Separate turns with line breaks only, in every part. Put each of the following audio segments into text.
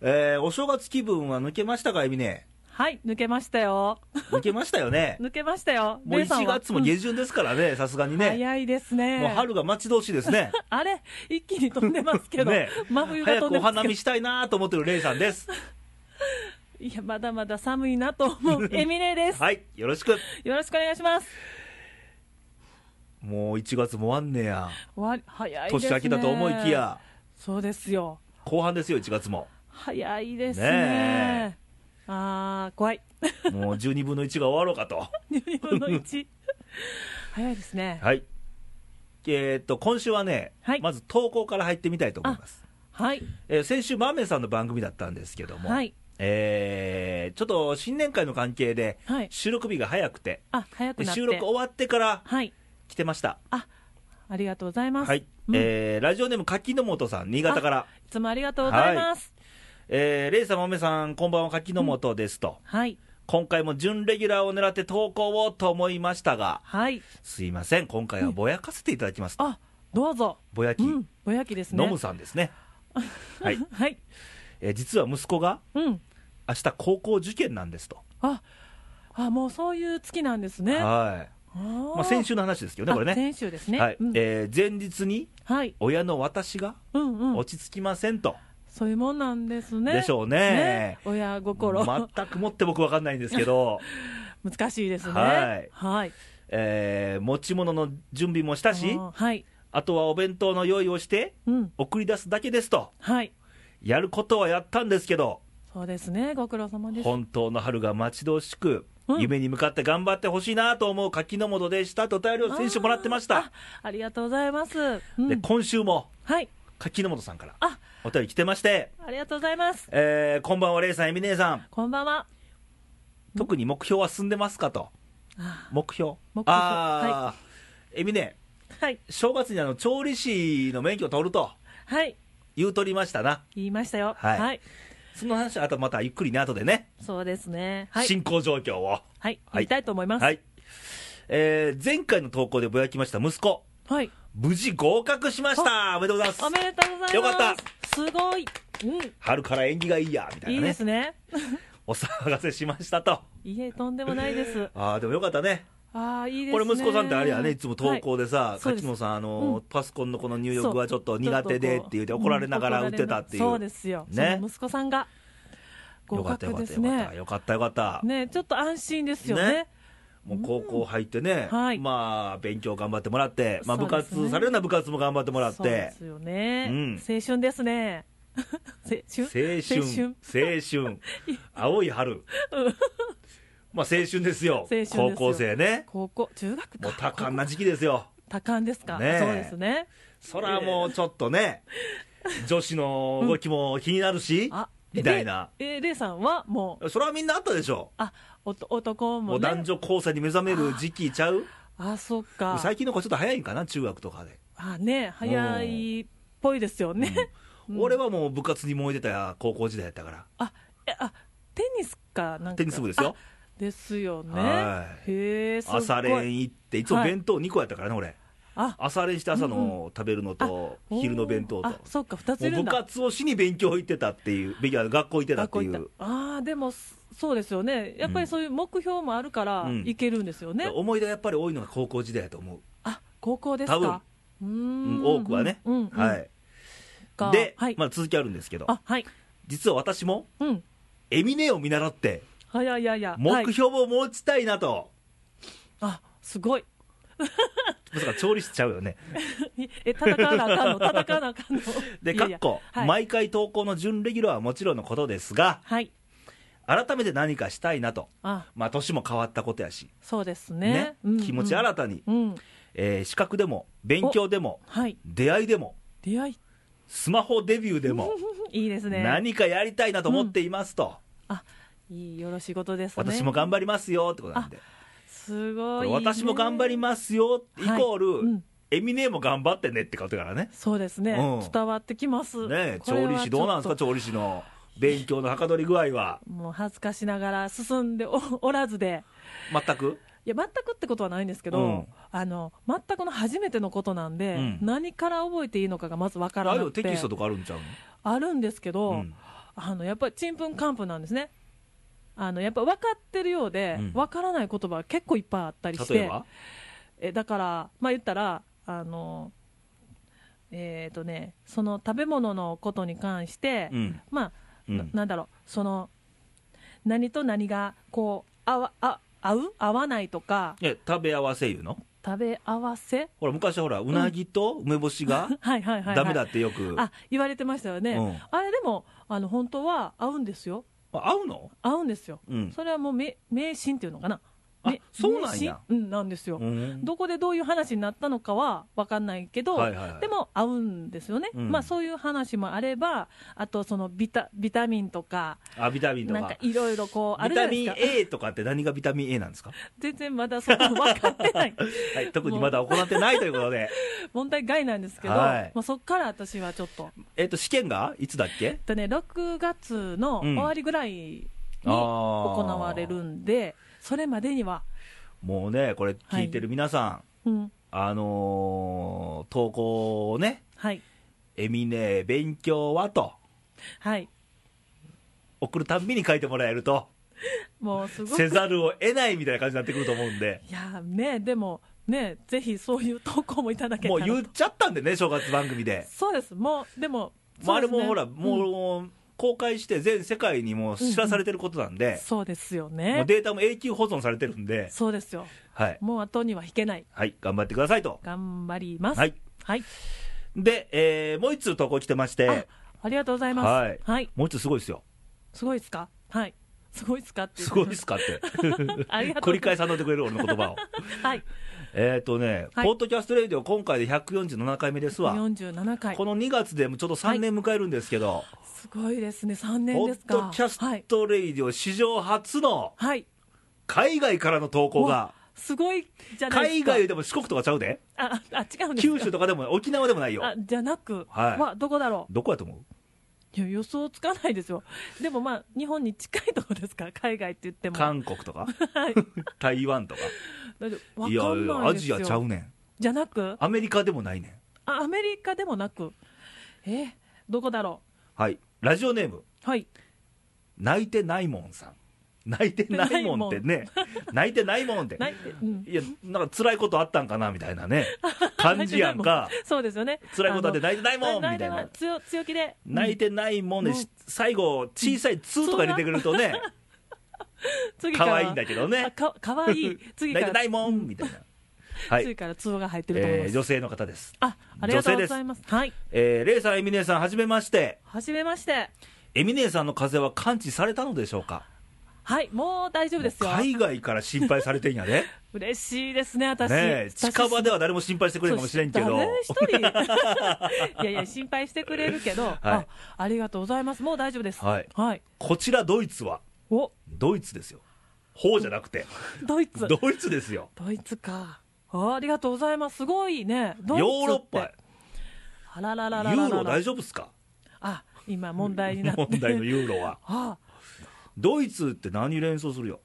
えーお正月気分は抜けましたか、エミネ。
はい、抜けましたよ。。
抜けましたよね
抜けましたよ。
もう
レイさん
1
は
月も下旬ですからね、さすがに
うん
ね。
早いですね。
もう春が待ち遠しいですね。
あれ、一気に飛んでますけ ど、
ね
真冬が
早
飛ん
く
で
お
ます
花
けど
見、したいなと思ってるレイさんです。
いや、まだまだ寒いなと 思うエミネです。
はい、よろしく。
よろしくお願いします。
もう1月も終わんねや。
終わり早いですね。
年明けだと思いき。や、
そうですよ。
後半ですよ、1月も。
早いですね。
ね
あー、怖い。
もう12分の1が終わろうかと。
2分の1。早いですね。
はい。えーっと、今週はね、
はい
まず投稿から入ってみたいと思います。
はい。
えー先週、マーメンさんの番組だったんですけども、
はい。
えーちょっと新年会の関係で、
はい。
収録日が早くて、
あ、早く
で
なって。
収録終わってから
はい。
来てました。
ありがとうございます。、
はいい。
うん
えーラジオネーム柿の本さん、新潟から。
つもありがとうございます。
えー、レイさん、豆さん、こんばんは、柿の本ですと。
はい。
今回も準レギュラーを狙って投稿をと思いましたが、
はい。
すいません、今回はぼやかせていただきます。
あ、どうぞ。
ぼやき、
うん。ぼやきですね。
ノムさんですね。 はい。
はい。
えー実は息子が
うん。
明日高校受験なんですと。
あ、あ、もうそういう月なんですね。
はい。まあ、先
週
週の話ですけどね、これね。
先週ですね。
はい
うん
えー前日に
はい。
親の私が
うんうん。
落ち着きませんと。
そういうもんなんですね。
でしょうね
ね親心、
全くもって僕わかんないんですけど、
難しいですね。
はい
はい。
えー持ち物の準備もしたし
あ、ーはい。
あとはお弁当の用意をして、
うん。
送り出すだけですと。
はい。
やることはやったんですけど、
そうですね。ご苦労様です。
本当の春が待ち遠しく、
うん
夢に向かって頑張ってほしいなと思う柿の本でしたとお便りを先週もらってまし
あー
た
あ。ありがとうございます。うん
で、今週も
はい。
柿の本さんから
あ、
お便り来てまして、
ありがとうございます。
えーこんばんは、レイさん、エミネーさん。
こんばんは。
特に目標は進んでますかと。
あ
目標。
目標
あー、エミネ、
はい。
正月にあの、調理師の免許を取ると
はい。
言うとりましたな。
言いましたよ。
はい
はい。
その話はあとまたゆっくりね、後でね、
そうですね。はい。
進行状況を。
はい。言いたいと思います。
は
はい。
い。えー前回の投稿でぼやきました息子、無事合格しましたおめでとうございます
おめでとうございます。。
よかった
すごい。う
春から縁起がいいやみた
ん。
い
い
ないね。
ですね。
お騒がせしましたと。
いいえ、とんでもないです。
ああ、でもよかったね。
ああ、いいです
こ
ね。
れ息子さんってあれやね、いつも投
は
稿でさ、
いそうで
柿
す
野さん、あのー
うん
パソコンのこの入
い
力はちょっと苦手でって言って
ちょ
怒られながら
うん
打ってたっていう。
そうですよ。
ね
ね。息子さんが合
よかったよ
格
かった
です
よかっ
ね
た。。よかったよかった。
ね、ちょっと安心ですよね
ね。もう高校入ってね、
うんはい
まあ勉強頑張ってもらって、まあ
そ
部
うですね
活されるような部活も頑張ってもらっ
そうで
て、
すよ
う
ね
ん。
青春で すね。青
青春、青 春、青い春。まあ青春ですよ
青春で、すよ
高校生ね。
高校、中学か。
もう多感な時期ですよ。
多感ですか。そう
ねえ
ですね。
そらもうちょっとね、女子の動きも気になるし、
あ、
みたいな。
で。え、レイさんはもう、
そらみんなあったでしょ。
あ、おと
も
男も
う
ね。
男女交際に目覚める時期ちゃう
あ、そっか。
最近の子ちょっと早いんかな、中学とかで。
あ、ね、早いっぽいですよね。
うん俺はもう部活に燃えてた高校時代やったから。
あ、え、あ、テニスか、なんか。
テニス部ですよ
あ。ですよね
は。
へえ、すごい。
朝練行って、いつも
はい
弁当2個やったからね、俺。
あ、
朝練して朝の食べるのと、
おー
昼の弁当と。
あ、そっか、二つ
も
いうるん
部
だ。
活をしに勉強行ってたっていう、勉強学校行ってたってい
学校行
う
っ。たああ、でも、そうですよね。やっぱりそういう目標もあるから、
うん
いけるんですよね。
思い出はやっぱり多いのが高校時代やと思う。
あ、高校ですか。
多分
うー
うん
ん。
多くはね。
うんうん
はい。
か
で、
はい。
まだ続きあるんですけど、
あ、はい。
実は私も、
うん。
エミネを見習って、
はいやいやいや。
目
はい、
標を持ちたいなと。
あ、すごい。
まさか調理しちゃうよね。
え、戦わなあかん の、戦わなあかんの。
で、
い
か
や
っ
いや
こ、
はい
毎回投稿の準レギュラーはもちろんのことですが、
はい。
改めて何かしたいなと。
あ、
まあ、年も変わったことやし、
そうですね。
ね。
うん
気持ち新たに、
うん。うん。
えー資格でも、勉強でも、
はい。
出会いでも、
出会い。
スマホデビューでも、
いいです ね。
何かやりたいなと思っていますと。
あ、いい、よろしいことですね。
私も頑張りますよってことなんで。
す
こ
ご
れ
い、
私も頑張りますよ、イ
はい
コール、
うん
エミネも頑張ってねってことだからね。
す。そうですね。
うん
伝わってきます。
ねえ
これ
調
は
理師どうなんです
ちょ
か、
っ
調理師の勉強のはかどり具合は。
ともう恥ずかしながら進んでおおらずで。
全く
いや全くってことはないんですけど、
うん
あの全くの初めてのことなんで、
うん
何から覚えていいのかがまずわから
あ
な
る
くて
テキストとかあるんちゃうの
あるんですけど、
うん
あのやっぱりちんぷんかんぷんなんですねあのやっぱ分かってるようで、
うん
分からない言葉が結構いっぱいあったりして
例えば
えだからまあ言ったらあのえっ、とねその食べ物のことに関して、
うん
まあ、
うん
ななんだろうその何と何がこう合わあ合う合わないとか
いや食べ合わせいうの
食べ合わせ
ほら昔ほらうなぎと梅干しが
はいはいはい、はい、
ダメだってよく、
あ言われてましたよね、
う
あれでもあの本当は合うんですよ
あ合うの
合うんですよ、
うん
それはもうめ迷信っていうのかな
あ
め
そうなんや
迷信うん、なんですよ、
うん
どこでどういう話になったのかは分かんないけど、
はいはいはい
でも合うんですよね、
うん
まあ、そういう話もあれば、あとそのビタビタミンとか、
あビタミンと
なん
か
かいろいろこうある
ビ
じゃ
タ
な
ミ
い
ン
ですか、
A とかって何がビタミン A なんですか、
全然まだそこ分かってない、
はい、特にまだ行ってないということで、
問題外なんですけど、
はい
まあ、そこから私はちょっと。
えっと試験がいつだっけ
えっとね、6月の終わりぐらいに
あー
行われるんで、それまでには、
もうね、これ、聞いてる皆さん、
うん、
あのー投稿をね、
はい、
エミネ勉強はと、
はい、
送るたんびに書いてもらえると、
もうすごく、
せ
い
ざるを得ないみたいな感じになってくると思うんで、
やーね、でもね、ぜひそういう投稿もいただけた
もう
らと
言っちゃったんでね、正月番組で。
そうです、もう、でも、
まあ、あれ
そうですね
もほら、
うん
もう公開して、全世界にもう知らされてることなんで、
そうですよ
もう
ね、
データも永久保存されてるんで、
そうですよ、
はい、
もう後には引けない、
はい、頑張ってくださいと。
頑張ります。
はい、
はい、
で、えーもう一通投稿来てまし
あ
て、
ありがとうございます。
はい
はい、
もう一通すごいですよ、
すごいですかはい、すごいですかっていう
すごいですかって、
ありがと
繰
うございます
り返さんでくれる俺の言葉を。
はい、
えっ、とね、
はい
ポッドキャストレディオ、今回で147回目ですわ、
47回。
この2月でもちょっと3年迎えるんですけど、
すごいですね、3年
ポ
です
ッ
か。
ドキャス
はい。
トレディオ史上初の
はい。
海外からの投稿
う
が
わ、すごいじゃないです
海
か。
外でも四国とかちゃうで、
あ、あ、違うんですか
九州とかでも沖縄でもないよ、
あ、じゃなく、
はい
わどこだろ
どこやと思う
う。いや、予想つかないですよ。でもまあ、日本に近いとこですから、海外って言っても。
韓国とか、
はい。
台湾とか、
だってわか
いやい
ん
や、
ない
ア
です
ジ
よ。
アちゃうねん、
じゃなく、
アメリカでもないねん、
あアメリカでもなく、え、どこだろ
はい、ラジオネーム、
う。はい。
泣いてないもんさん、泣いてないもんってね、泣いてないもんって。
ない、うん。
いや、なんか辛いことあったんかなみたいなね、感じやんか、
そうですよね。
辛いことあって
あ
泣いてないも
の
んみたい
で
な
は、強強気で。
泣いてないもんで、
うん
最後、小さい「つ」とか入れてくるとね、
次か
可
ら
愛いんだけど
あ
ね、
かかわいい次か
泣いてな
ら
いもんみたいな、はい
次から通話が入ってると思いま
え
す、
ー女性の方です、
あありがとうございますはい
えー、レイさん、エミネさん、はじめまして、
はじめまして
エミネさんの風邪は完治されたのでしょうか、
はいもう大丈夫ですよ
海外から心配されてんや で、
嬉しいですね私
ねえ
私
近場では誰も心配してくれるかもしれんけど、
そう誰一 人 いやいや心配してくれるけど、あありがとうございますもう大丈夫です
はい
はい、
こちら、ドイツは、
お
ドイツですよ、ほうじゃなくて、
ドイツ
ドイツですよ、
ドイツかあありがとうございますすごいね
ヨ
ドイツって
ーロッパ、
あららららら
ユ
ら
ーロ大丈夫っすか、
あ今問題になって
問題のユーロは。
あ
ドイツって何連想するよ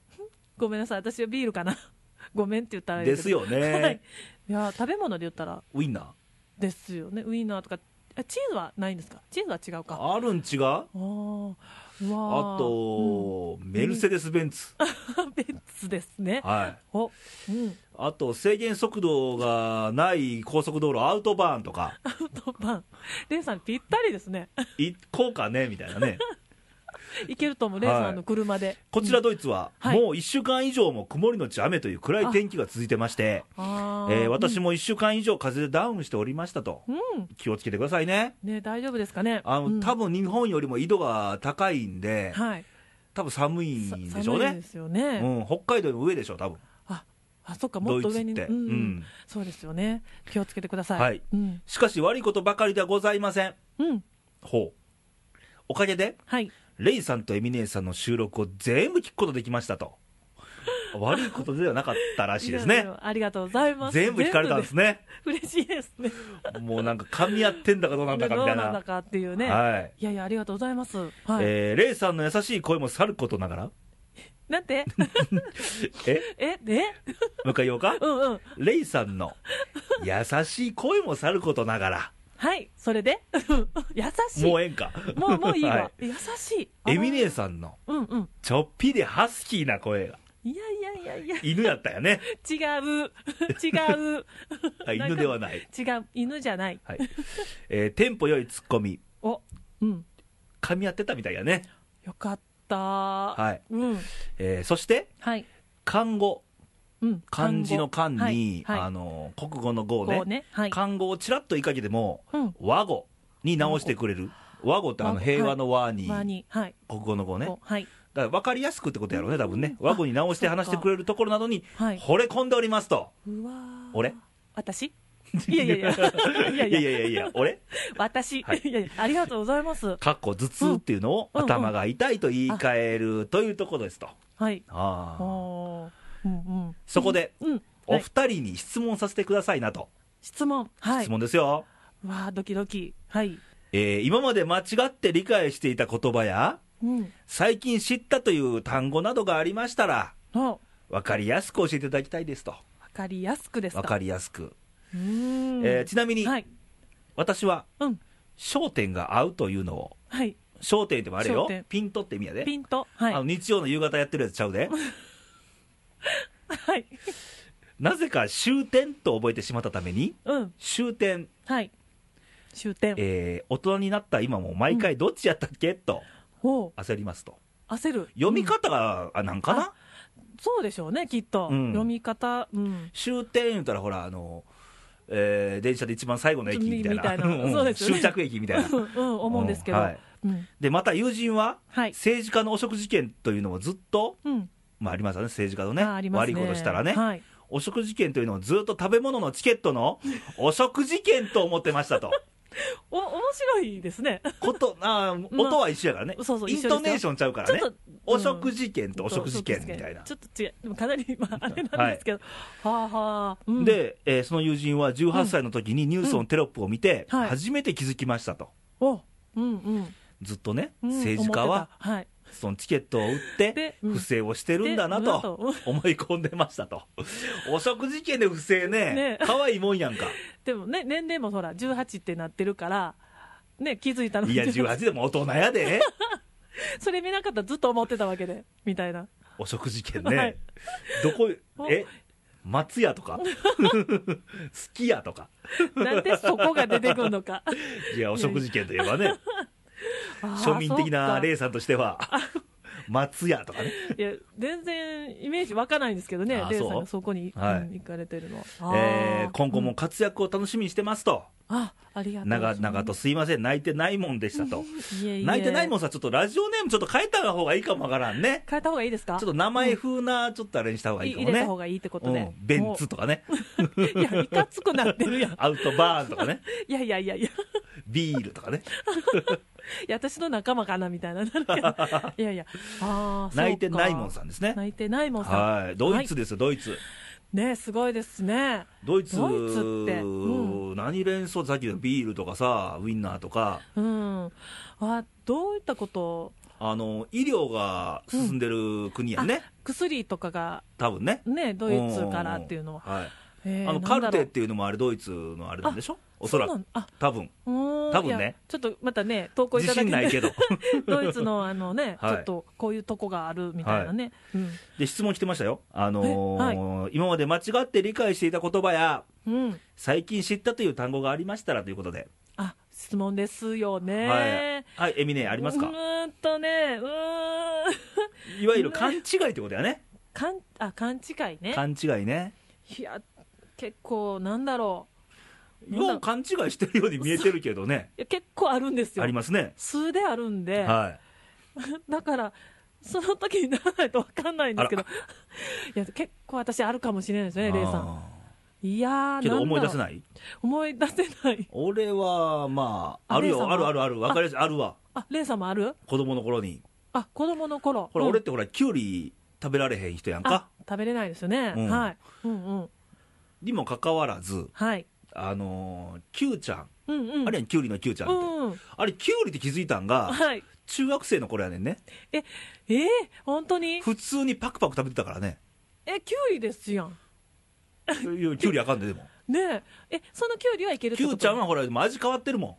ごめんなさい、私はビールかな。ごめんって言ったらあれ
で
だ
す
けど
よね、
はい。いや、食べ物で言ったら、
ウインナ
ですよね。ウインナーとか、あチーズはないんですかチーズは違うか。あ
ーあるん違うあ
あー、うわ
と、
ー
メルセデス・ベンツ、
うん ベンツですね。
はい、
お、うん。
あと制限速度がない高速道路アウトバーンと か
アウトバン。レイさんぴったりですね。
行こうかねみたいなね
いけるとも、レイさんの車で。
こちらドイツは、
はい
もう1週間以上も曇りのち雨という暗い天気が続いてまして、
あー
えー私も1週間以上風邪でダウンしておりましたと
うん。うん
気をつけてくださいね
ね、大丈夫ですかね。
あの、
うん
多分日本よりも緯度が高いんで、
はい。
多分寒い
さ
んでしょう
寒い
ね
ですよね。
うん、北海道の上でしょ多分
あ、あ、そっか、もっと上に。
ドイツって
うんう
うんん。
そうですよね。気をつけてください。
はい
うん。
しかし悪いことばかりではございません
うん。
ほうおかげで
はい。
レイさんとエミネーさんの収録を全部聞くことできましたと悪いことではなかったらしいです
や
ね
や。ありがとうございます。
全部聞かれたんですね
全部で。嬉しいですね。
もうなんか噛み合ってんだかどうなんだかみ
どう
たい
なん
な
だかっていうね。
はい
いやいや、ありがとうございます。はい。
えーレイさんの優しい声もさることながら
なんて
え
ええ
もう一回言おうか
うんうん。
レイさんの優しい声もさることながら
はい、それで 優しい。
もうええんか。
もうもういい わ。
は
優しい。あ
い
ー
エミネーさんの、
うんうん。
ちょっぴりハスキーな声が、
いやいやいやいや、
犬やったよ ね。
違 う。違う。
あ犬ではない。
違う。犬じゃない。
はい。えーテンポ良いツッコミ、
お、うん。
噛み合ってたみたいやね。。
よかった。はいうん。
えーそして、
はい。
漢語、
うん。
漢字の漢に、
はいはい
あの、国語の語を
こ
ね、
うね。はい。
漢語をちらっといかけても、
うん。
和語に直してくれる。和語ってあ
和
の
語
平和の和に、
まあに、はい。
国語の語ね。
こうはい。
だから分かりやすくってことやろうね、多分ね。
うん
和語に直して
あ
話してくれるところなどに、
はい。
惚れ込んでおりますと。
うわー
俺
私 いやいやいや。 いや
い
い
や
や
いやいやいや、俺、
私、
はい
い、やいや、ありがとうございます。
かっこ頭痛っていうのを
うんうん
頭が痛いと言い換えるというところですと。
はい。
あ
あ
あ
ーうんうん。
そこで、
うん。
お
はい、
二人に質問させてくださいなと。
質問。はい。
質問ですよ。
わあ、ドキドキ。はい。
えー今まで間違って理解していた言葉や、
うん。
最近知ったという単語などがありましたら、
の、
分かりやすく教えていただきたいですと。
わかりやすくですか。
分かりやすく。
うーん。
えーちなみに、
はい。
私は、
うん。
焦点が合うというのを、
はい。
焦点ってもあれ
焦
よ
点、
ピントって意味やで。
ピンと。はい
あの。日曜の夕方やってるやつちゃうで。
はい。
なぜか終点と覚えてしまったために、
うん。
終点、
はい。終点。
えー大人になった今も毎回どっちやったっけ、と
おう
焦りますと。
焦る。
読み
うん
方が、あなんかな
そうでしょうね、きっと。
うん
読み方。うん。
終点言うたらほら、あの、えー電車で一番最後の駅みたいな。
みたいな
うん
そうですよね
終着駅みたいな。
うん、思うんですけど。
うんはい
うん。
で、また友人は、
はい。
政治家の汚職事件というのをずっと、
うん。
まあありますよね、政治家のね。
あありますね。
悪いことしたらね。
はい。
汚職事件というのをずっと食べ物のチケット の汚職事件と思ってましたと。
お、面白いですね。
ことあー
まあ
音は一緒やからね、
そうそう
イントネーションちゃうからね
ちょっと、
汚職事件と汚職事件みたいな
ち。ょっと違う。でもかなり、まあ、あれなんですけど。はあはあ。うん、
で、えーその友人は18歳の時にニュースのテロップを見て、
うんはい
初めて気づきましたと、
お、うんうん。
ずっとね、
うん
政治家は、
思ってたはい。
そのチケットを売って
で、うん
不正をしてるんだな
でなんだ
と
と
思い込んでましたと、汚職事件で不正ね
ね、
可愛いもんやんか、
でもね、年齢もほら、18ってなってるから、ね、気づいたの
いや、18でも大人やで、
それ見なかったらずっと思ってたわけで、みたいな。
汚職事件
は
ね
い、
どこ
お、
え松屋と か、好きやとか。
なんでそこが出てくるの か。
いや、お食事券といえばね、 庶民的なレイ
ース。
さんとしては、松屋とかね、
いや、全然イメージ湧かないんですけどね
あー、
レイさん
そう
がそこに、
はい
うん行かれてるのは。
え
あ
ー
ー
今後も活躍を楽しみにしてますと、
あ、ありがとうございま
長
す。
々とすいません、泣いてないもんでしたと、
いえいえ
泣いてないもんさ、ちょっとラジオネーム、ちょっと変えた方がいいかもわからんね、
変えた方がいいですか
ちょっと名前風な、ちょっとあれにした方がいいかも
入れ
ね
た方、がいいってことで、
うんベンツとか ね、
もういやいかつくなってるやん
アウトバーンとかね、
いやいやいやいやい
ビールとかね、
や私の仲間かなみたいななるけど いやいや あー
泣いてないもん
そう
さんですね
か。泣いてないもんさん
はい、ドイツですよ、ドイツ。
ねすごいですね
ドイツ
ドイツってう
何連想さっきのビールとかさウインナーとか
うんあどういったこと
あの医療が進んでる国やね、
薬とかが
多分ね
ねドイツからっていうのは、
んはい
えー
あの
な
カ
んだ
ル
ろ
テ
う
っていうのもあれドイツのあれなんでしょおそら
う
く
なんあ
多分
多
多分ね
ちょっとまたね投稿い
自
ただ
信
き
ないけ
ね
ど
ドイツのあのね、
はい
ちょっとこういうとこがあるみたいなね、
で質問来てましたよあのー
え
今まで間違って理解していた言葉や
うん、うん
最近知ったという単語がありましたらということで、
あ質問ですよ
はい
ね、、
はい、エミネありますか
うーんとね、うーん、
いわゆる勘違いってことやね
かんあ勘違いね、
勘違いね
いや、結構、なんだろう、なんだ
よう勘違いしてるように見えてるけどね
いや結構あるんですよ
あり、ますね
数であるんで、
はい
だから、その時にならないと分かんないん ですけど、い
あ
や、結構私、あるかもしれないですね、レイさん。
あ
いやー、
ーけど思い出せ
い、
ない
思い出せない、
俺はまあ
あ
ある
姉
よ
様
あるあるある分かりやすいあるわ
あレイさんもある
子供の頃に
あ子供の頃
ほら
うん
俺ってほらキュウリ食べられへん人やん
あ
か
食べれないですよね、
うん
はい、うんうん、
にもかかわらず
はい、
あのーキュウちゃん
うんうん、
あれやんキュウリのキュウちゃんって
うん、
あれキュウリって気づいたんが
はい。
中学生の頃やねんね
え、えー、本当に
普 通にパクパク食べてたからね
え、キュウリですやん。
いやキュウリあかんででも
ねええそのキュウリはいけるって
キ
こ
ュ
と
ウちゃんはほら、でも味変わってるもん。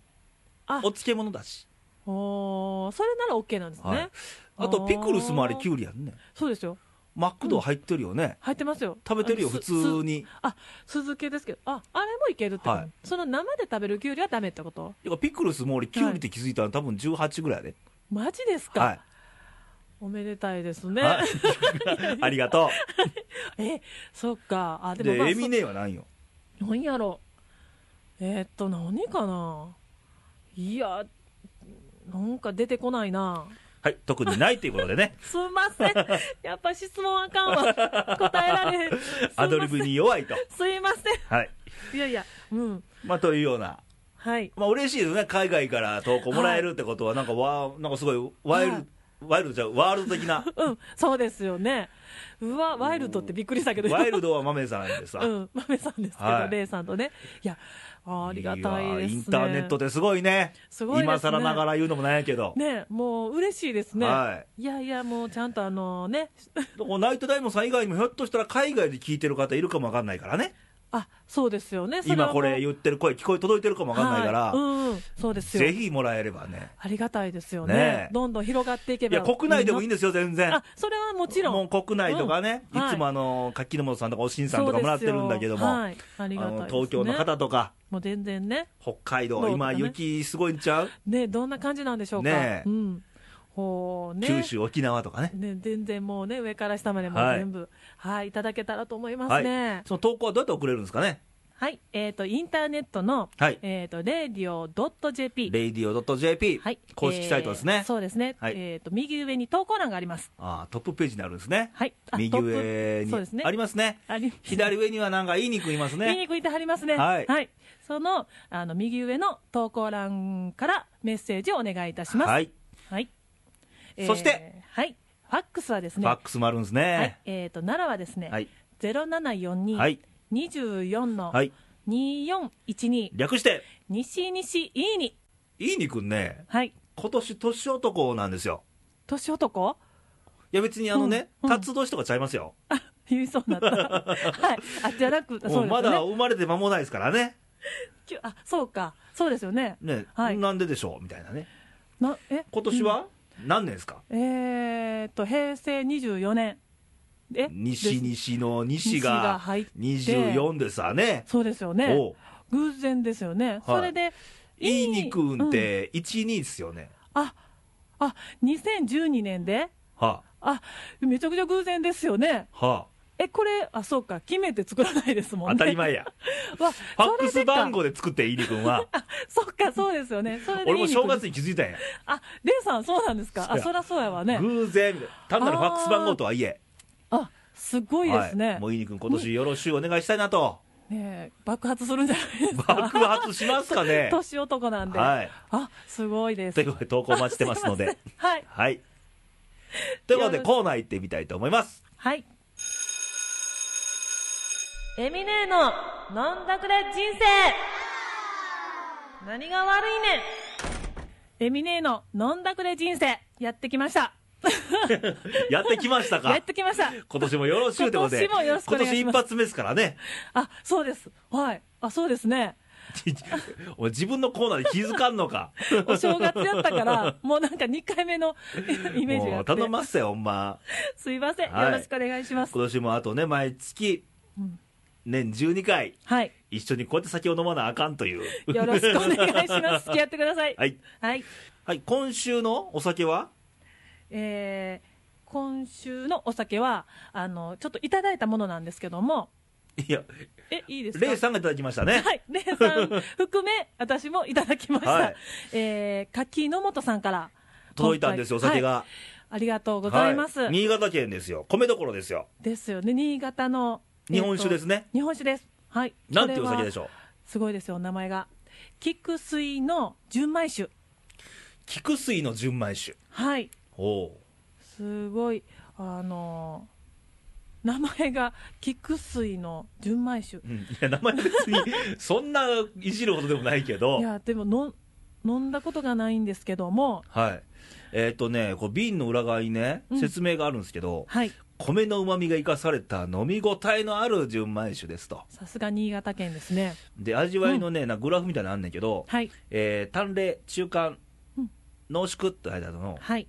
あ
お漬物だし。
おーそれなら OK なんですね、
はいあと、ピクルスもあれ、キュウリやんね。
そうですよ
マクド入ってるよね。
入ってますよ
食べてるよ、
あの
普
す
通に。
あ酢漬けですけどああれもいけるってこと、
はい
その生で食べるキュウリはダメってこと
てかピクルスも俺、キュウリって気づいたの多分18ぐらいやで。
マジですか、
はい。
おめでたいですね、
はい ありがと
えそっかあ
う。
でもまあ
で、エミネは何よ。
そなんやろえーっと何かないやなんか出てこないな。
はい、特にないということでね
すんませ んやっぱ質問あかんわ答えられへ んすいません
アドリブに弱いと。
すいませ
はい。
んいやいやうん
まあ、というような。
はい
まあ、嬉しいですね。海外から投稿もらえるってことは、なんかわ、なんかすごい、ワイル
はい
ド、ワイルドじゃうワールド的な。
うんそうですよねうわワイルドってびっくりしたけど
ワイルドは豆さんでさ。
うん、豆さんですけど、
はい
レイさんとね。いや、あーありがたい
や
で
ー
すね。
インターネットですごいね。
すごいですね
今更ながら言うのもなんやけど。
ね、もう嬉しいですね。、
はい
やいや、もうちゃんとあのね、
ナイトダイモンさん以外にもひょっとしたら海外で聞いてる方いるかもわかんないからね。
あ、そうですよね。そは
今
もう
これ言ってる声聞こえ届いてるかもわかんないから、
はいうんうん、そうですよ。
ぜひもらえればね。
ありがたいですよね
ねえ
どんどん広がっていけ
い
ば。
や、国内でもいいん
ん
ですよ、全
な
然
あ。、それはもちろん。
もう国内とかね、
うんはい
いつもあの、柿の本さんとかおしんさんとかもらってるんだけども、
そうですよはい、ありが
あ
たいです、
の
ね。
東京の方とか、
もう全然ね、
北海道、
どうとか
今
ね
雪すごいんちゃう
ね、どんな感じなんでしょうか。
ねえ
うん。ほうね。
九州、沖縄とかね。
ね、全然もうね、上から下までも
は
う
い
全部、はい、い、ただけたらと思います
はい
ね。。
その投稿はどうやって送れるんですかね。
はい、えっ、と、インターネットの、
はい。
えっ、と、radio.jp。
radio.jp
はい。
公式サイトです
え
ね
ー。そうですね。
はい
えっ、と、右上に投稿欄があります。
あートップページになるんですね。
はい。あ
右
トップ
上に
そうですね。
ありますね。
あり
左上にはなんかいい肉います
ね。
ね。
にくいてはりますね。
はい
その、あの、右上の投稿欄からメッセージをお願いいたします。
は
はい。
い。そして、
えーはい。ファックスはです
フ
ね。
ァックスもあるんです
はい
ね。。
えっ、と、奈良はですね。
はい。
0742。
はい。
24の
はい。
2412
略して、
西西いいに
いい肉ね、
はい
今年年男なんですよ。
年男
いや別にあのね、
うんうん
辰年とかちゃいますよ。
あ言いそう になったはいあじゃなくそうです
も
よ
う
ね
まだ生まれて間もないですからね。
きゅあそうかそうですよね
ね、
はい
なんででしょうみたいなね。
なえ
今年は何年ですか、
うんえーっと平成24年え
西
です
西の西
西が
が
入って
24ですわね。
そうですよ
お
ね
う
偶然ですよね、それで
いい肉
うん
んって12ですよね。
ああ2012年で
は
あめちゃくちゃ偶然ですよね
あ、は
えこれあそうか決めて作らないですも
あ、
んね
当たり前や。
わ
ファック
それ
ス
でか
番号で作って、いいに君 は。
そっか、そうですよね。それでいい
俺も正月
に。
に気づいたんや。
あ、レイさん、そうなんですか。
そう
あ、
や
そらそうやわね。
偶然、単なるファックス番号とはいえ。
あ、すごいです
は
ね
い、も。ういいに君、今年よろしゅうお願いしたいなと。
ねえ爆発するんじゃないですか。
爆発しますかね。
年男なんで。
はい。
あ、すごいです。
ということで、投稿お待ちしてますの
あ
で。。
いませんはい。
はい。ということで、
よろし
コーナー行ってみたいと思います。
はい。エミネーの飲んだくれ人生何が悪いねんエミネーの飲んだくれ人生やってきました。
やってきました
や
か
ってきました。
今年もよろしゅうってことで。
今年もよろしくお願い
今
します
年一発目ですからね。
あ、そうです。はい。あ、そうですね。
お前自分のコーナーで気づかんのか。
お正月やったから、もうなんか2回 目のイメージが
も
あっ
う
て。
頼まっせよ、ほんま。
すいません、
はい
よろしくお願いします。
今年もあとね、毎月、
うん
年12回、
はい。
一緒にこうやって酒を飲まなあかんという。
よろしくお願いし ます。付き合ってください。
はい。
はい。
はい、今週のお酒は
えー、今週のお酒は、あの、ちょっといただいたものなんですけども、
いや、
え、いいですか
レイさんがいただきましたね。
はい。レイさん 含め、私もいただきました。
はい
えー、柿の本さんから。
届いたんですよ、お
今回
酒が。
はいありがとうございます。
は新潟県ですよ。米どころですよ。
ですよね。新潟の。。
日本酒ですすね。
日本酒です。はい。
なんていうお酒で
ょ
しょう。
すごいですよ、名前が。菊水の純米酒。
菊水の純米酒。
はい。
おう
すごい、あのー名前が菊水の純米酒。
うん、いや、名前別に、 そんないじるほどでもないけど
い。や、でもの、飲んだことがないんですけども、
はい。えっ、とね、こう瓶の裏側にね
う、ん
説明があるんですけど、
はい。
米の旨味が生かされた飲み応えのある純米酒ですと。
さすが新潟県ですね。
で、味わいのね、なグラフみたいなのあんねんけど、
はい。
えー、淡麗、中間
うん、
濃縮って書いてあるの、
はい。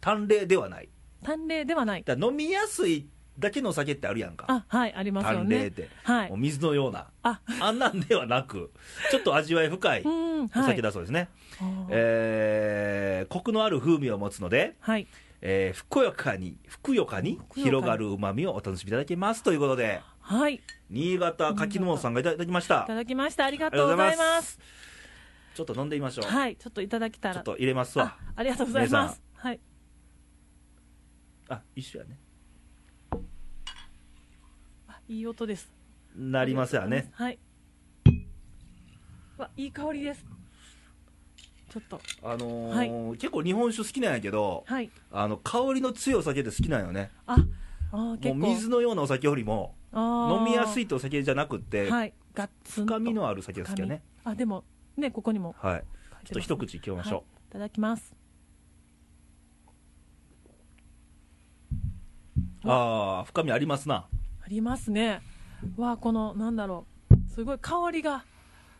淡麗ではない。
淡麗ではない。
だから飲みやすいだけの酒ってあるやんか。
あ、はい、ありますよ
淡麗っ
ね。
て。
はい
もう。水のような。
あ、
あんなんではな く、ちょっと味わい深い
うん、
お
はい。
酒だそうですね。
あー
えーコクのある風味を持つので、
はい。
えーふくよかに、ふくよかに
ふくよかに
広がる旨味をお楽しみいただけますということで、
はい。い
新潟柿の本さんがいただきました。あ
た
り
だきました。ありが
が
とうご
とう
ざい
ござい
ま。
ますす。ちょっと飲んでみましょう。
はい。ちょっといただけたら。
ちょっと入れますわ
あ。ありがとうございます。はい。
あ、一緒やね。
あいい音です。
なりますよね。。
はい。わ、いい香りです。ちょっと、
あのー結構日本酒好きなんやけど、
はい。
あの、香りの強いお酒って好きなんよね。
あ、あー
も
結
う
構
水のようなお酒よりも、飲
飲
みやす
い。
いってお酒じゃなくって、
はい。ガッツンと
深みのある酒が好きよね。
あ、でも、ね、ここにも
はい。
書い
ちょってと
ます。
一口いきましょう。
はい。いただきます。
ああ、深みありますな。
ありますね。わあ、この、なんだろう。すごい香りが、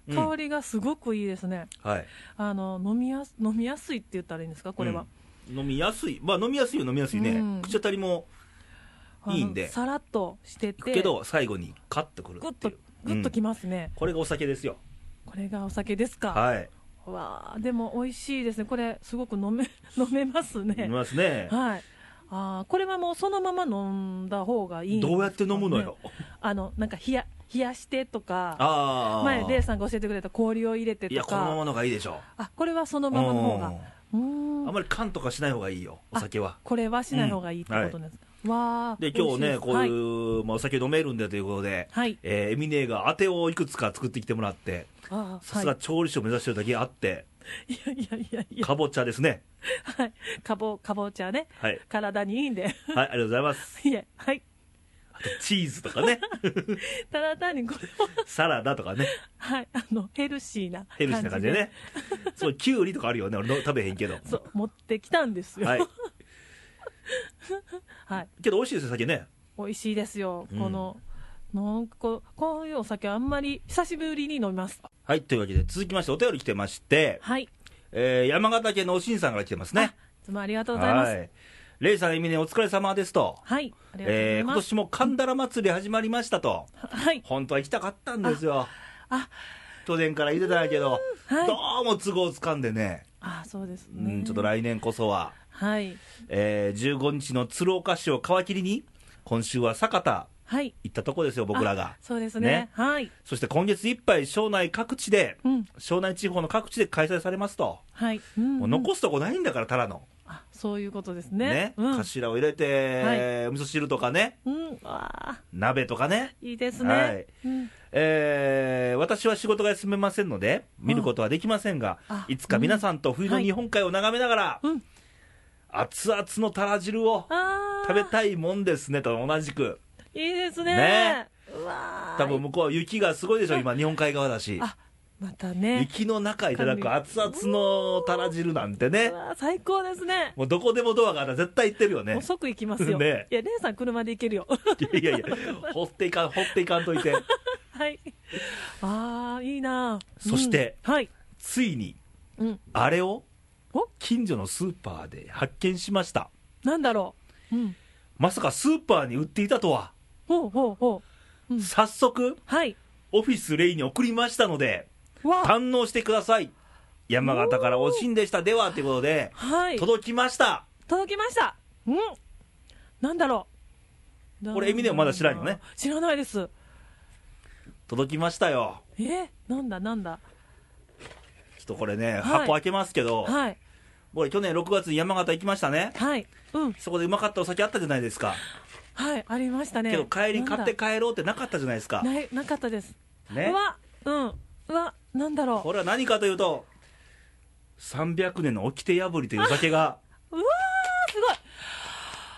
うん
香りがすごくいいですね。
はい。
あの、飲みやす、飲みやすいって言ったらいいんですか、これは。
うん。飲みやすい。まあ飲みやすいよ、飲みやすいね。
うん
口当たりも
あの
いいんで
さらっとして
いく
て。
けど、最後にカッとくる
ぐっ
って
と
いう。、
ぐっとき
うん
ますね。
これがお酒ですよ。
これがお酒ですか。
はい。
わあでも美味しいですね、これ、すごく飲め 飲めます
飲み
ね、
ますね。
はい、あーこれはもうそのまま飲んだ方がいいんですかね
どうやって飲むのよ。
あのなんか冷や冷やしてとか、
ああ。
前、レイさんが教えてくれた氷を入れて
い
と
や、このまま
か、
のがいいでしょ
あこれはその
う。
ままの方が、
う
うー
ん
ん
あまり缶とかしない方がいいよ、お酒は。
これはしない方がいいってことですか、わあ、
で、今日ね、こういうう、まあお酒飲めるんだということで、
はい
えーエミネーが当てをいくつか作ってきてもらって、
はい、あー
さすが
は
調理師を目指してるだけあって、
い、いやいやいやいや、
かぼちゃですね。
はい、かぼかぼちゃね、
はい。
体にいいんで、
はい、ありがとうございます。
いえ、はい、
あとチーズとかね、
ただ単にこれを、
サラダとかね、
はい、あのヘルシーな
ヘルシーな感じでね。そう、キュウリとかあるよね、俺の食べへんけど。
そう持ってきたんですよ。
は
はい い、。
けど美味しいですよ、酒ね。
美味しいですよ。
うん
この、なんかこうこういうお酒あんまり久しぶりに飲みます。
はい、というわけで、続きましてお便り来てまして、
はい。
えー、山形県のおしんさんから来てますね
あ。。いつもありがとうございます。はい。
い。レイさん、エミネ、お疲れ様ですと。
ありがとうござ
え
い
ー、今
ます。
年も神田ら祭り始まりましたと。
はい。
本当は行きたかったんですよ。
あ、
去年から言ってたんやけど、
はい
どうも都合つかんでね、
あ、そうです
う
ね。
ん、ちょっと来年こそは。
はい。
えー、15日の鶴岡市を皮切りに、今週は酒田
はい。
行ったとこですよ、僕らが。
そうですね。
ね
はい。
そして今月いっぱい、庄内各地で、
うん。
庄内地方の各地で開催されますと、
はい。うん、うん
もう残すとこないんだから、ただの、
あ、そういうことですね。
ね
うん。
頭を入れて、
はい
お味噌汁とかね、
うん。わあ、
鍋とかね、
いいですね。
はい
うん。
えー私は仕事が休めませんので、見ることはできませんが、
あ
いつか皆さんと冬の日本海を眺めながら、
うん。
熱々のたら汁を
ああ。
食べたいもんですねと同じく。
いいですね。
ね
うわあ。
多分向こうは雪がすごいでしょ、今、日本海側だし、
あ、またね。
雪の中いただく熱々のたら汁なんてね
う、わ最高ですね。
もうどこでもドアがある絶対行ってるよ
も
ね
う、即行きますよ。
ね
いや、レイさん、車で行けるよ。
いやいやいや、掘っていかん、掘っていかんといて、
はい。ああ、いいなあ
そして
うんはい。
ついに
うん。
あれを
お
近所のスーパーで発見しました、
なんだろう。うん。
まさかスーパーに売っていたとは、
ほうほうほう。うん。
早速、
はい。
オフィスレイに送りましたので、
わあ。
堪能してください、山形からおしんでしたではということで、
はい。
届きました、
届きました。うん。なんだろ
これ
う。なんだろう
エミネもまだ知らんよね。
知らないです。
届きましたよ、
えなんだなんだ。
ちょっとこれね、
い
箱開けますけど、
はい。
僕、去年6月に山形行きましたね、
はい。うん。
そこでうまかったお酒あったじゃないですか、
はい。ありましたね。
けど帰り買って
なん
帰ろうってなかったじゃないですか
だ。ない、なかったです。
ね
うわ。うん。うわ。なんだろ
これは何かというと、300年の掟破りというお酒が、
う。うわー、す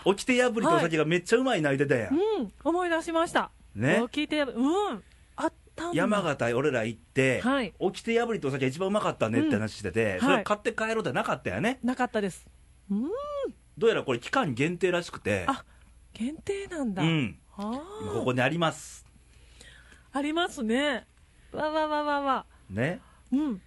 ごい。
掟破りというお酒がめっちゃうまいな言ってたやん、
うん、思い出しました。
ね
お聞いてやる、うん、あったんだ。
山形へ俺ら行って、
はい
掟破りというお酒が一番うまかったねって話してて、
うん
それを買って帰ろうってなかったよね、
なかったです。うん、
どうやらこれ、期間限定らしくて、
あ限定なんだ。
うん
ああ。
今ここにあります
ありますね。わわわわわ。
ね
うん。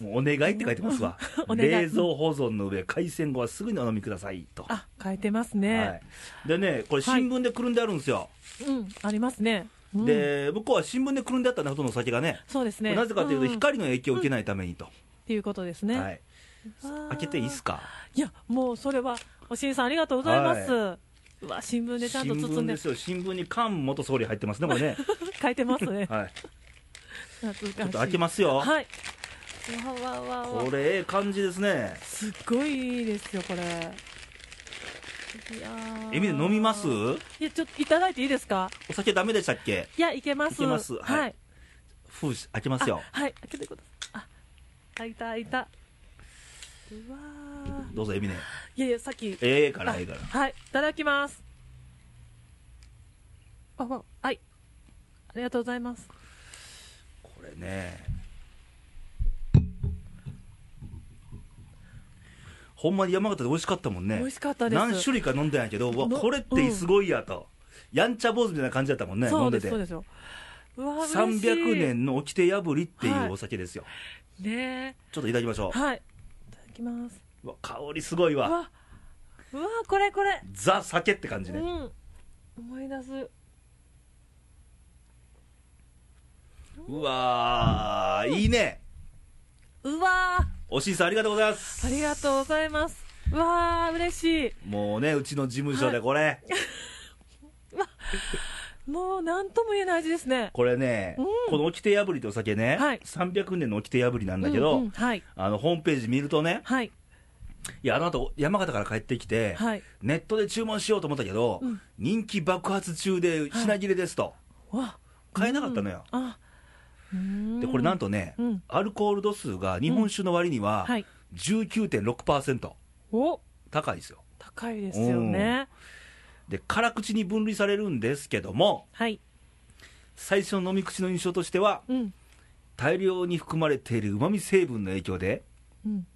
もうお願いって書いてますわ
お願い
冷蔵保存の上海鮮後はすぐにお飲みくださいと、
あ、変えてます
は
ね。
い、でねこれ新聞でくるんであるんですよ、
うん、ありますね。うん、
で向こうは新聞でくるんであったねほとんどお酒がね
そうですね。
なぜかというと、
ん
光の影響を受けないためにと、
っていうことですね。
はい、
わー
開けていいっすか、
いや、もうそれは、おしんさんありがとうございます。うわ、新聞でちゃ
新
んと包
聞
んで
で、すよ、新聞に菅元総理入ってますね、これね、
書いてます ね。
はい、
懐
ちょ
か
っ
しい。
と開けますよ、
はい。わわわわ
こ。れ、ええ感じですね、
すっごいいいですよ、これ。いやー
えみで飲みます
いや、ちょっといただいていいですか
お酒だめでしたっけ、
いや、いけます。
いけますはい
はい。
封じ開けますよ
あ、はい、開けてください。あ、あいた、いた。うわー
どうぞ、えみね、
いやいや、さっき。
ええから、ええから、
はい、いただきます。あ、わはい。ありがとうございます。
これね、ほんまに山形で美味しかったもんね、
美味しかったです
何種類か飲んだんやけど、うわ
の
これってすごいやと、やんちゃ坊主みたいな感じだったもんね、
そ
飲
うん
で
で
て
す、そう。ですよ。うわー嬉しい
300年の掟破りっていうお酒ですよ、
ね
ちょっといただきましょ
え。はい。いただきます。
ううわ香りすごいうわ
わ、うわーこれこれ。
ザ酒って感じね、
うん。思い出す。
うわーいいね
うわ
おしんさんありがとうございます
ーありがとうございます。うわー嬉しい。
もうねうちの事務所でこれ、
もう何とも言えない味ですね。
これね、
うん
この掟破りってお酒ね、
はい
300年の掟破りなんだけど、
うんうんはい。
あのホームページ見るとね、
はい。
いや、あの後山形から帰ってきて、
はい
ネットで注文しようと思ったけど、
うん
人気爆発中で品切れですと、
うわ
買えなかったのよ、
あ。うーん
でこれなんとね、
うん
アルコール度数が日本酒の割には
はい。
19.6%
お
高いですよ
高いですよね。
で辛口に分類されるんですけども
はい。
最初の飲み口の印象としては
うん。
大量に含まれているうまみ成分の影響で
うん。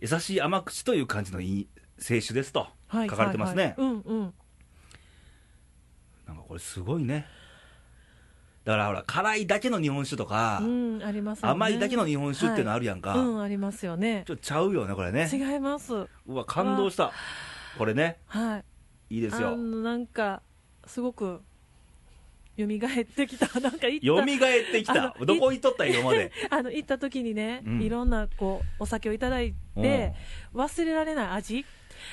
優しい甘口という感じのいい清酒ですと書
はい。
かれてますね、
はいはいうんうん。
なんかこれすごいねだからほら辛いだけの日本酒とか、
うん、ありますよね。
甘いだけの日本酒っていうのあるやんか、
うん、ありますよね
ち。ょっとちゃうよねこれね
違います。は
うわ感動したこれね
い。
いいです
あ
よ
の、なんか、すごく、蘇ってきた。なんか行っ
蘇
た。
ってきた
あの
どこ行っとったん今ま で
あの、行った時にね、
うん
いろんな、こう、お酒をいただいて、忘れられない味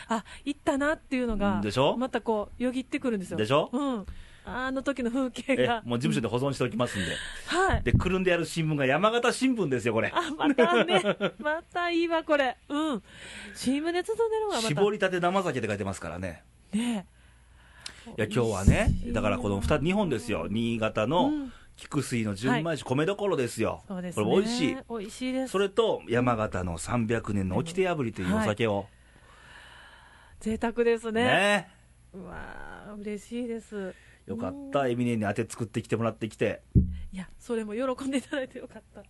あ、行ったなっていうのが、
でしょ
またこう、よぎってくるんですよ。
でしょ
うん。あの時の風景
え
が。
もう事務所で保存しておきますんで、
はい。
でくるんでやる新聞が山形新聞ですよ、これ、
あ、またね。 またいいわ、これ。うん。CM で包んでるわ、また。
絞りたて生酒って書いてますからね、
ね
いや今日はね、だからこの 2, 二本ですよ、新潟
う
の
ん
菊水の純米酒、米どころですよ、
そうです
これ、
ね。
美味しい、。
美味しいです
そ。れと山形の300年の掟破りというお酒を、
贅沢ですね。
ね、
うわー嬉しいです。
よかった、エミネに当て作ってきてもらってきて、
いや、それも喜んでいただいてよかった。い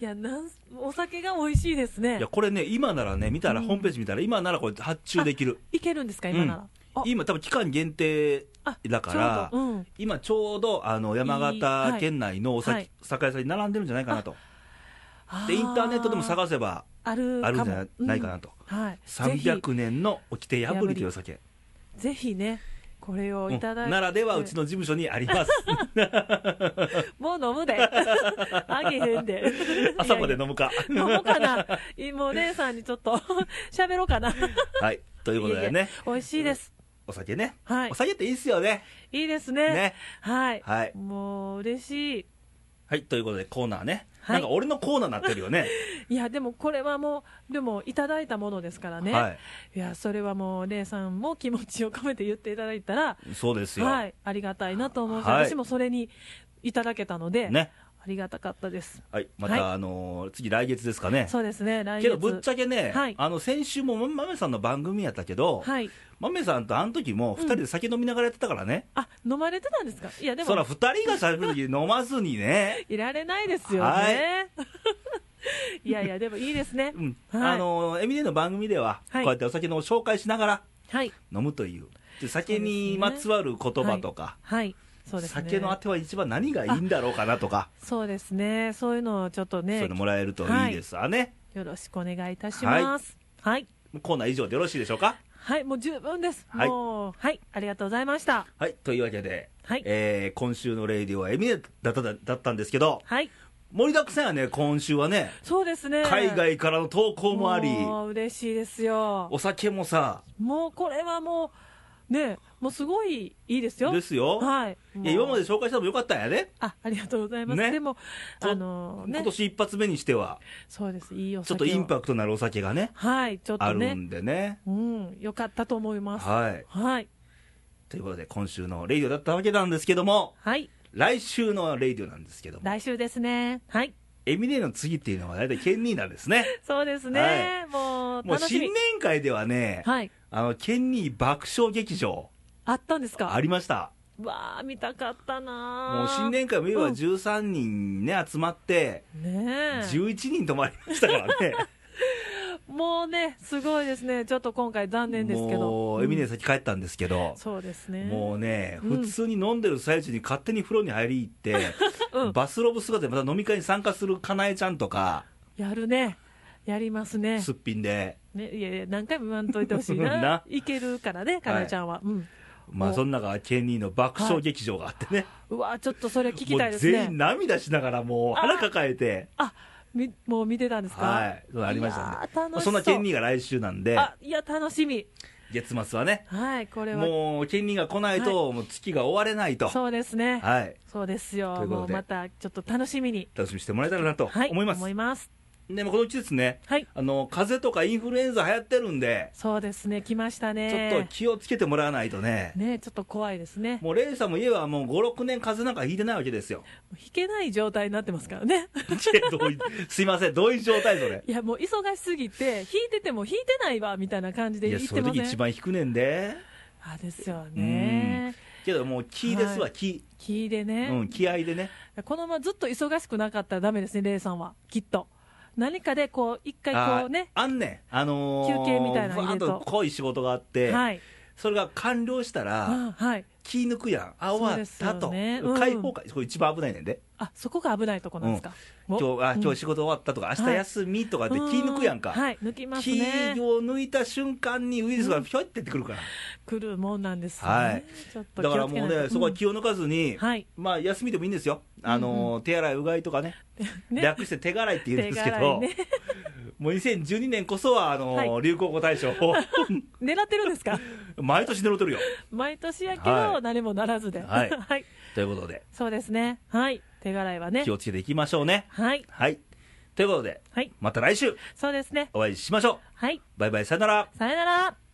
や、なん、お酒が美味しいですね。
いや、これね、今ならね、見たら、
うん
ホームページ見たら、今ならこれ、発注できる、
いけるんですか、今なら。
うん
あ
今、多分期間限定
あ
だから
ちょうどうん
今ちょうどあの山形県内のお酒,、
はい
酒屋さんに並んでるんじゃないかなと、
あ
でインターネットでも探せば
ある
あるんじ
も
ゃないかなと、
うんはい。
300年の掟破りというお酒、
ぜひぜひね、これを
うん
いただいて。
ならではうちの事務所にあり ます
もう飲む で。あげへんで。
朝まで
いや
飲む か
いや飲もうかな。いもう姉さんにちょっと 喋ろうかな。
はいということで
いえい
ね
え美味しいです。
お酒ね、
はい
お酒っていいっすよね
いいですね。
ね
はい。
はい
もう嬉しい。
はいということでコーナーね、
はい
なんか俺のコーナーになってるよね
いや、でもこれはもう、でもいただいたものです からね。
はい
い、や、それはもう、姉さんも気持ちを込めて言っていただいたら、
そうですよ、
はい、ありがたいなと思うし、
はい
私もそれにいただけたので、
ね
ありがたかったです。
はい、また、
はい
あのー次来月ですかね
そうですね、来月。
けどぶっちゃけね、
はい
あの先週もままめさんの番組やったけど、
はい。
まめさんとあの時も2人で酒飲みながらやってたからね、
あ、飲まれてたんですかいや、で
そら
も、
2人がしゃべる時飲まずにね
いられないですよね。、
はい
や いや、でもいいですね。
うん
はい、
あのエミネの番組では、
はい
こうやってお酒の紹介しながら
はい。
飲むというって酒にまつわる言葉とか、
はい、そうですね。
酒のあては一番何がいいんだろうかなとか、
そうですね。そういうのをちょっと
そうい
ね
うの、もらえるといいですわね。
よろしくお願いいたします。はい。
コーナー以上でよろしいでしょうか。
はい、もう十分です。
はい
もう、はい、ありがとうございました。
はい、というわけで、
はい
えー今週のレイディオはエミネだっただったんですけど、
はい、
盛りだくさんやね、今週はね、
そうですね。
海外からの投稿もあり、
もう嬉しいですよ。
お酒もさ、
もうこれはもう、ね、もうすごいいいですよ。
ですよ、
はい。
いや今ま
で。
で紹介したのもよかったんやね、
あ、ありがとうございます。
ね
でも、
こ
あのね
今、年一発目にしては、
そうです、いいお
ちょ
酒
っ
を
とインパクトのあるお酒がね、
はい、ちょっ
あ
と
る
ね。
んでね。
うん、よかったと思います。
はい、
はい。
ということで、今週のレイディオだったわけなんですけども、
はい。
来週のレイディオなんですけども、
来週ですね。はい。
エミネの次っていうのは大体ケンニーなんです ね。
そうですね。も
も
う、
う
楽し
新
み
年。会ではね、
はい。
あの、ケンニー爆笑劇場、
あったんですか
ありました。
わあ、見たかったなあ
もう新年会も言えば
うん
13人ね、集まって、
ねえ。
11人泊まりましたから ね。
もうね、すごいですね。ちょっと今回残念ですけど。
も
う
う、
ん
エミネ先帰ったんですけど、
そうですね。
もうね、
うん
普通に飲んでる最中に勝手に風呂に入り行って、
うん
バスロブ姿でまた飲み会に参加するかなえちゃんとか、
やるね。やりますね。
すっぴんで、
ねいやいや、何回も言わんといてほしい
な
な。いけるからね、かなえちゃんは。うん。
まあ
お
その中、ケンニーの爆笑劇場があってね、
うわちょっとそれ聞き
も
たいうです
全員
ね。
涙しながらもう腹抱えて、
あ、み、もう見てたんですか
はい、そうありました
いや
ね。
ー
ま
楽
あ
し
そ
そ
ん
う。
なケンニーが来週なんで、
あ、いや、楽しみ。
月末はね、
はい、これは。
もう県人が来ないと、もう月が終われないと、
そうですね。
はい、
そうです
と
よ。
いうこと
も
で
うまた、ちょっと楽しみに。
楽しみにしてもらえたらなと
はい。
思います。
思います。
でもこのうちですね、
はい。
あの風邪とかインフルエンザ流行ってるんで、
そうですね。来ました
ちょっと
ね。
気をつけてもらわないとね、
ね、ちょっと怖いですね。
もうレイさんも家はもう5、6年風邪なんかひいてないわけです よ。
引けない状態になってますからね。
い やどういすいません、どういう状態それ。
いや、もう忙しすぎて、引いてても引いてないわ、みたいな感じで
い
言
や、
っ
そうい
て
う
ま
時
せん
一番引くねんで、
あ、ですよね。
けどもう気です
は
わ、
い
気、
気で
う
ね、
ん、気合でね、
このままずっと忙しくなかったらダメですね、レイさんは。きっと。何かで、こう、一回こうね。
あーあんねん、あのー、
休憩みたいなの
わー
入
っ
れると
と濃い仕事があって、
はい。
それが完了したら、
うんはい。
気抜くやん、あ、
そう
終わ
で
っ
す
た
よ
と、
ねうん
解放感、これ一番危ないねんで、
あ、そこが危ないとこなんですか。
今日あ今日
日、
仕事終わったとか、明日
はい
休みとかって気抜くやんか、
うはい、抜きます
気
ね。
を抜いた瞬間にウイルスがひょいってってくるから、
来るもんなんですね。
はい
ちょっと
だ
気
から
をつけ
も
な
う
いと
ね、そこは気を抜かずに、
うんはい。
まあ、休みでもいいんですよ、あのー手洗い、うがいとかね
ね
略して手洗いって言うんですけ
手洗
ど、
いね
もう2012年こそはあのー
は
流行語大賞を
狙ってるんですか
毎年狙ってるよ。
毎年やけ
はい
ど、何もならずで。
はい
はい。
ということで、
そうですね。はい。手洗いはね
気。をつけていきましょうね。
はい。
はい、ということで、
はい。
また来週
そうですね。
お会いしましょう。
はい。
バイバイ、さよなら。
さよなら。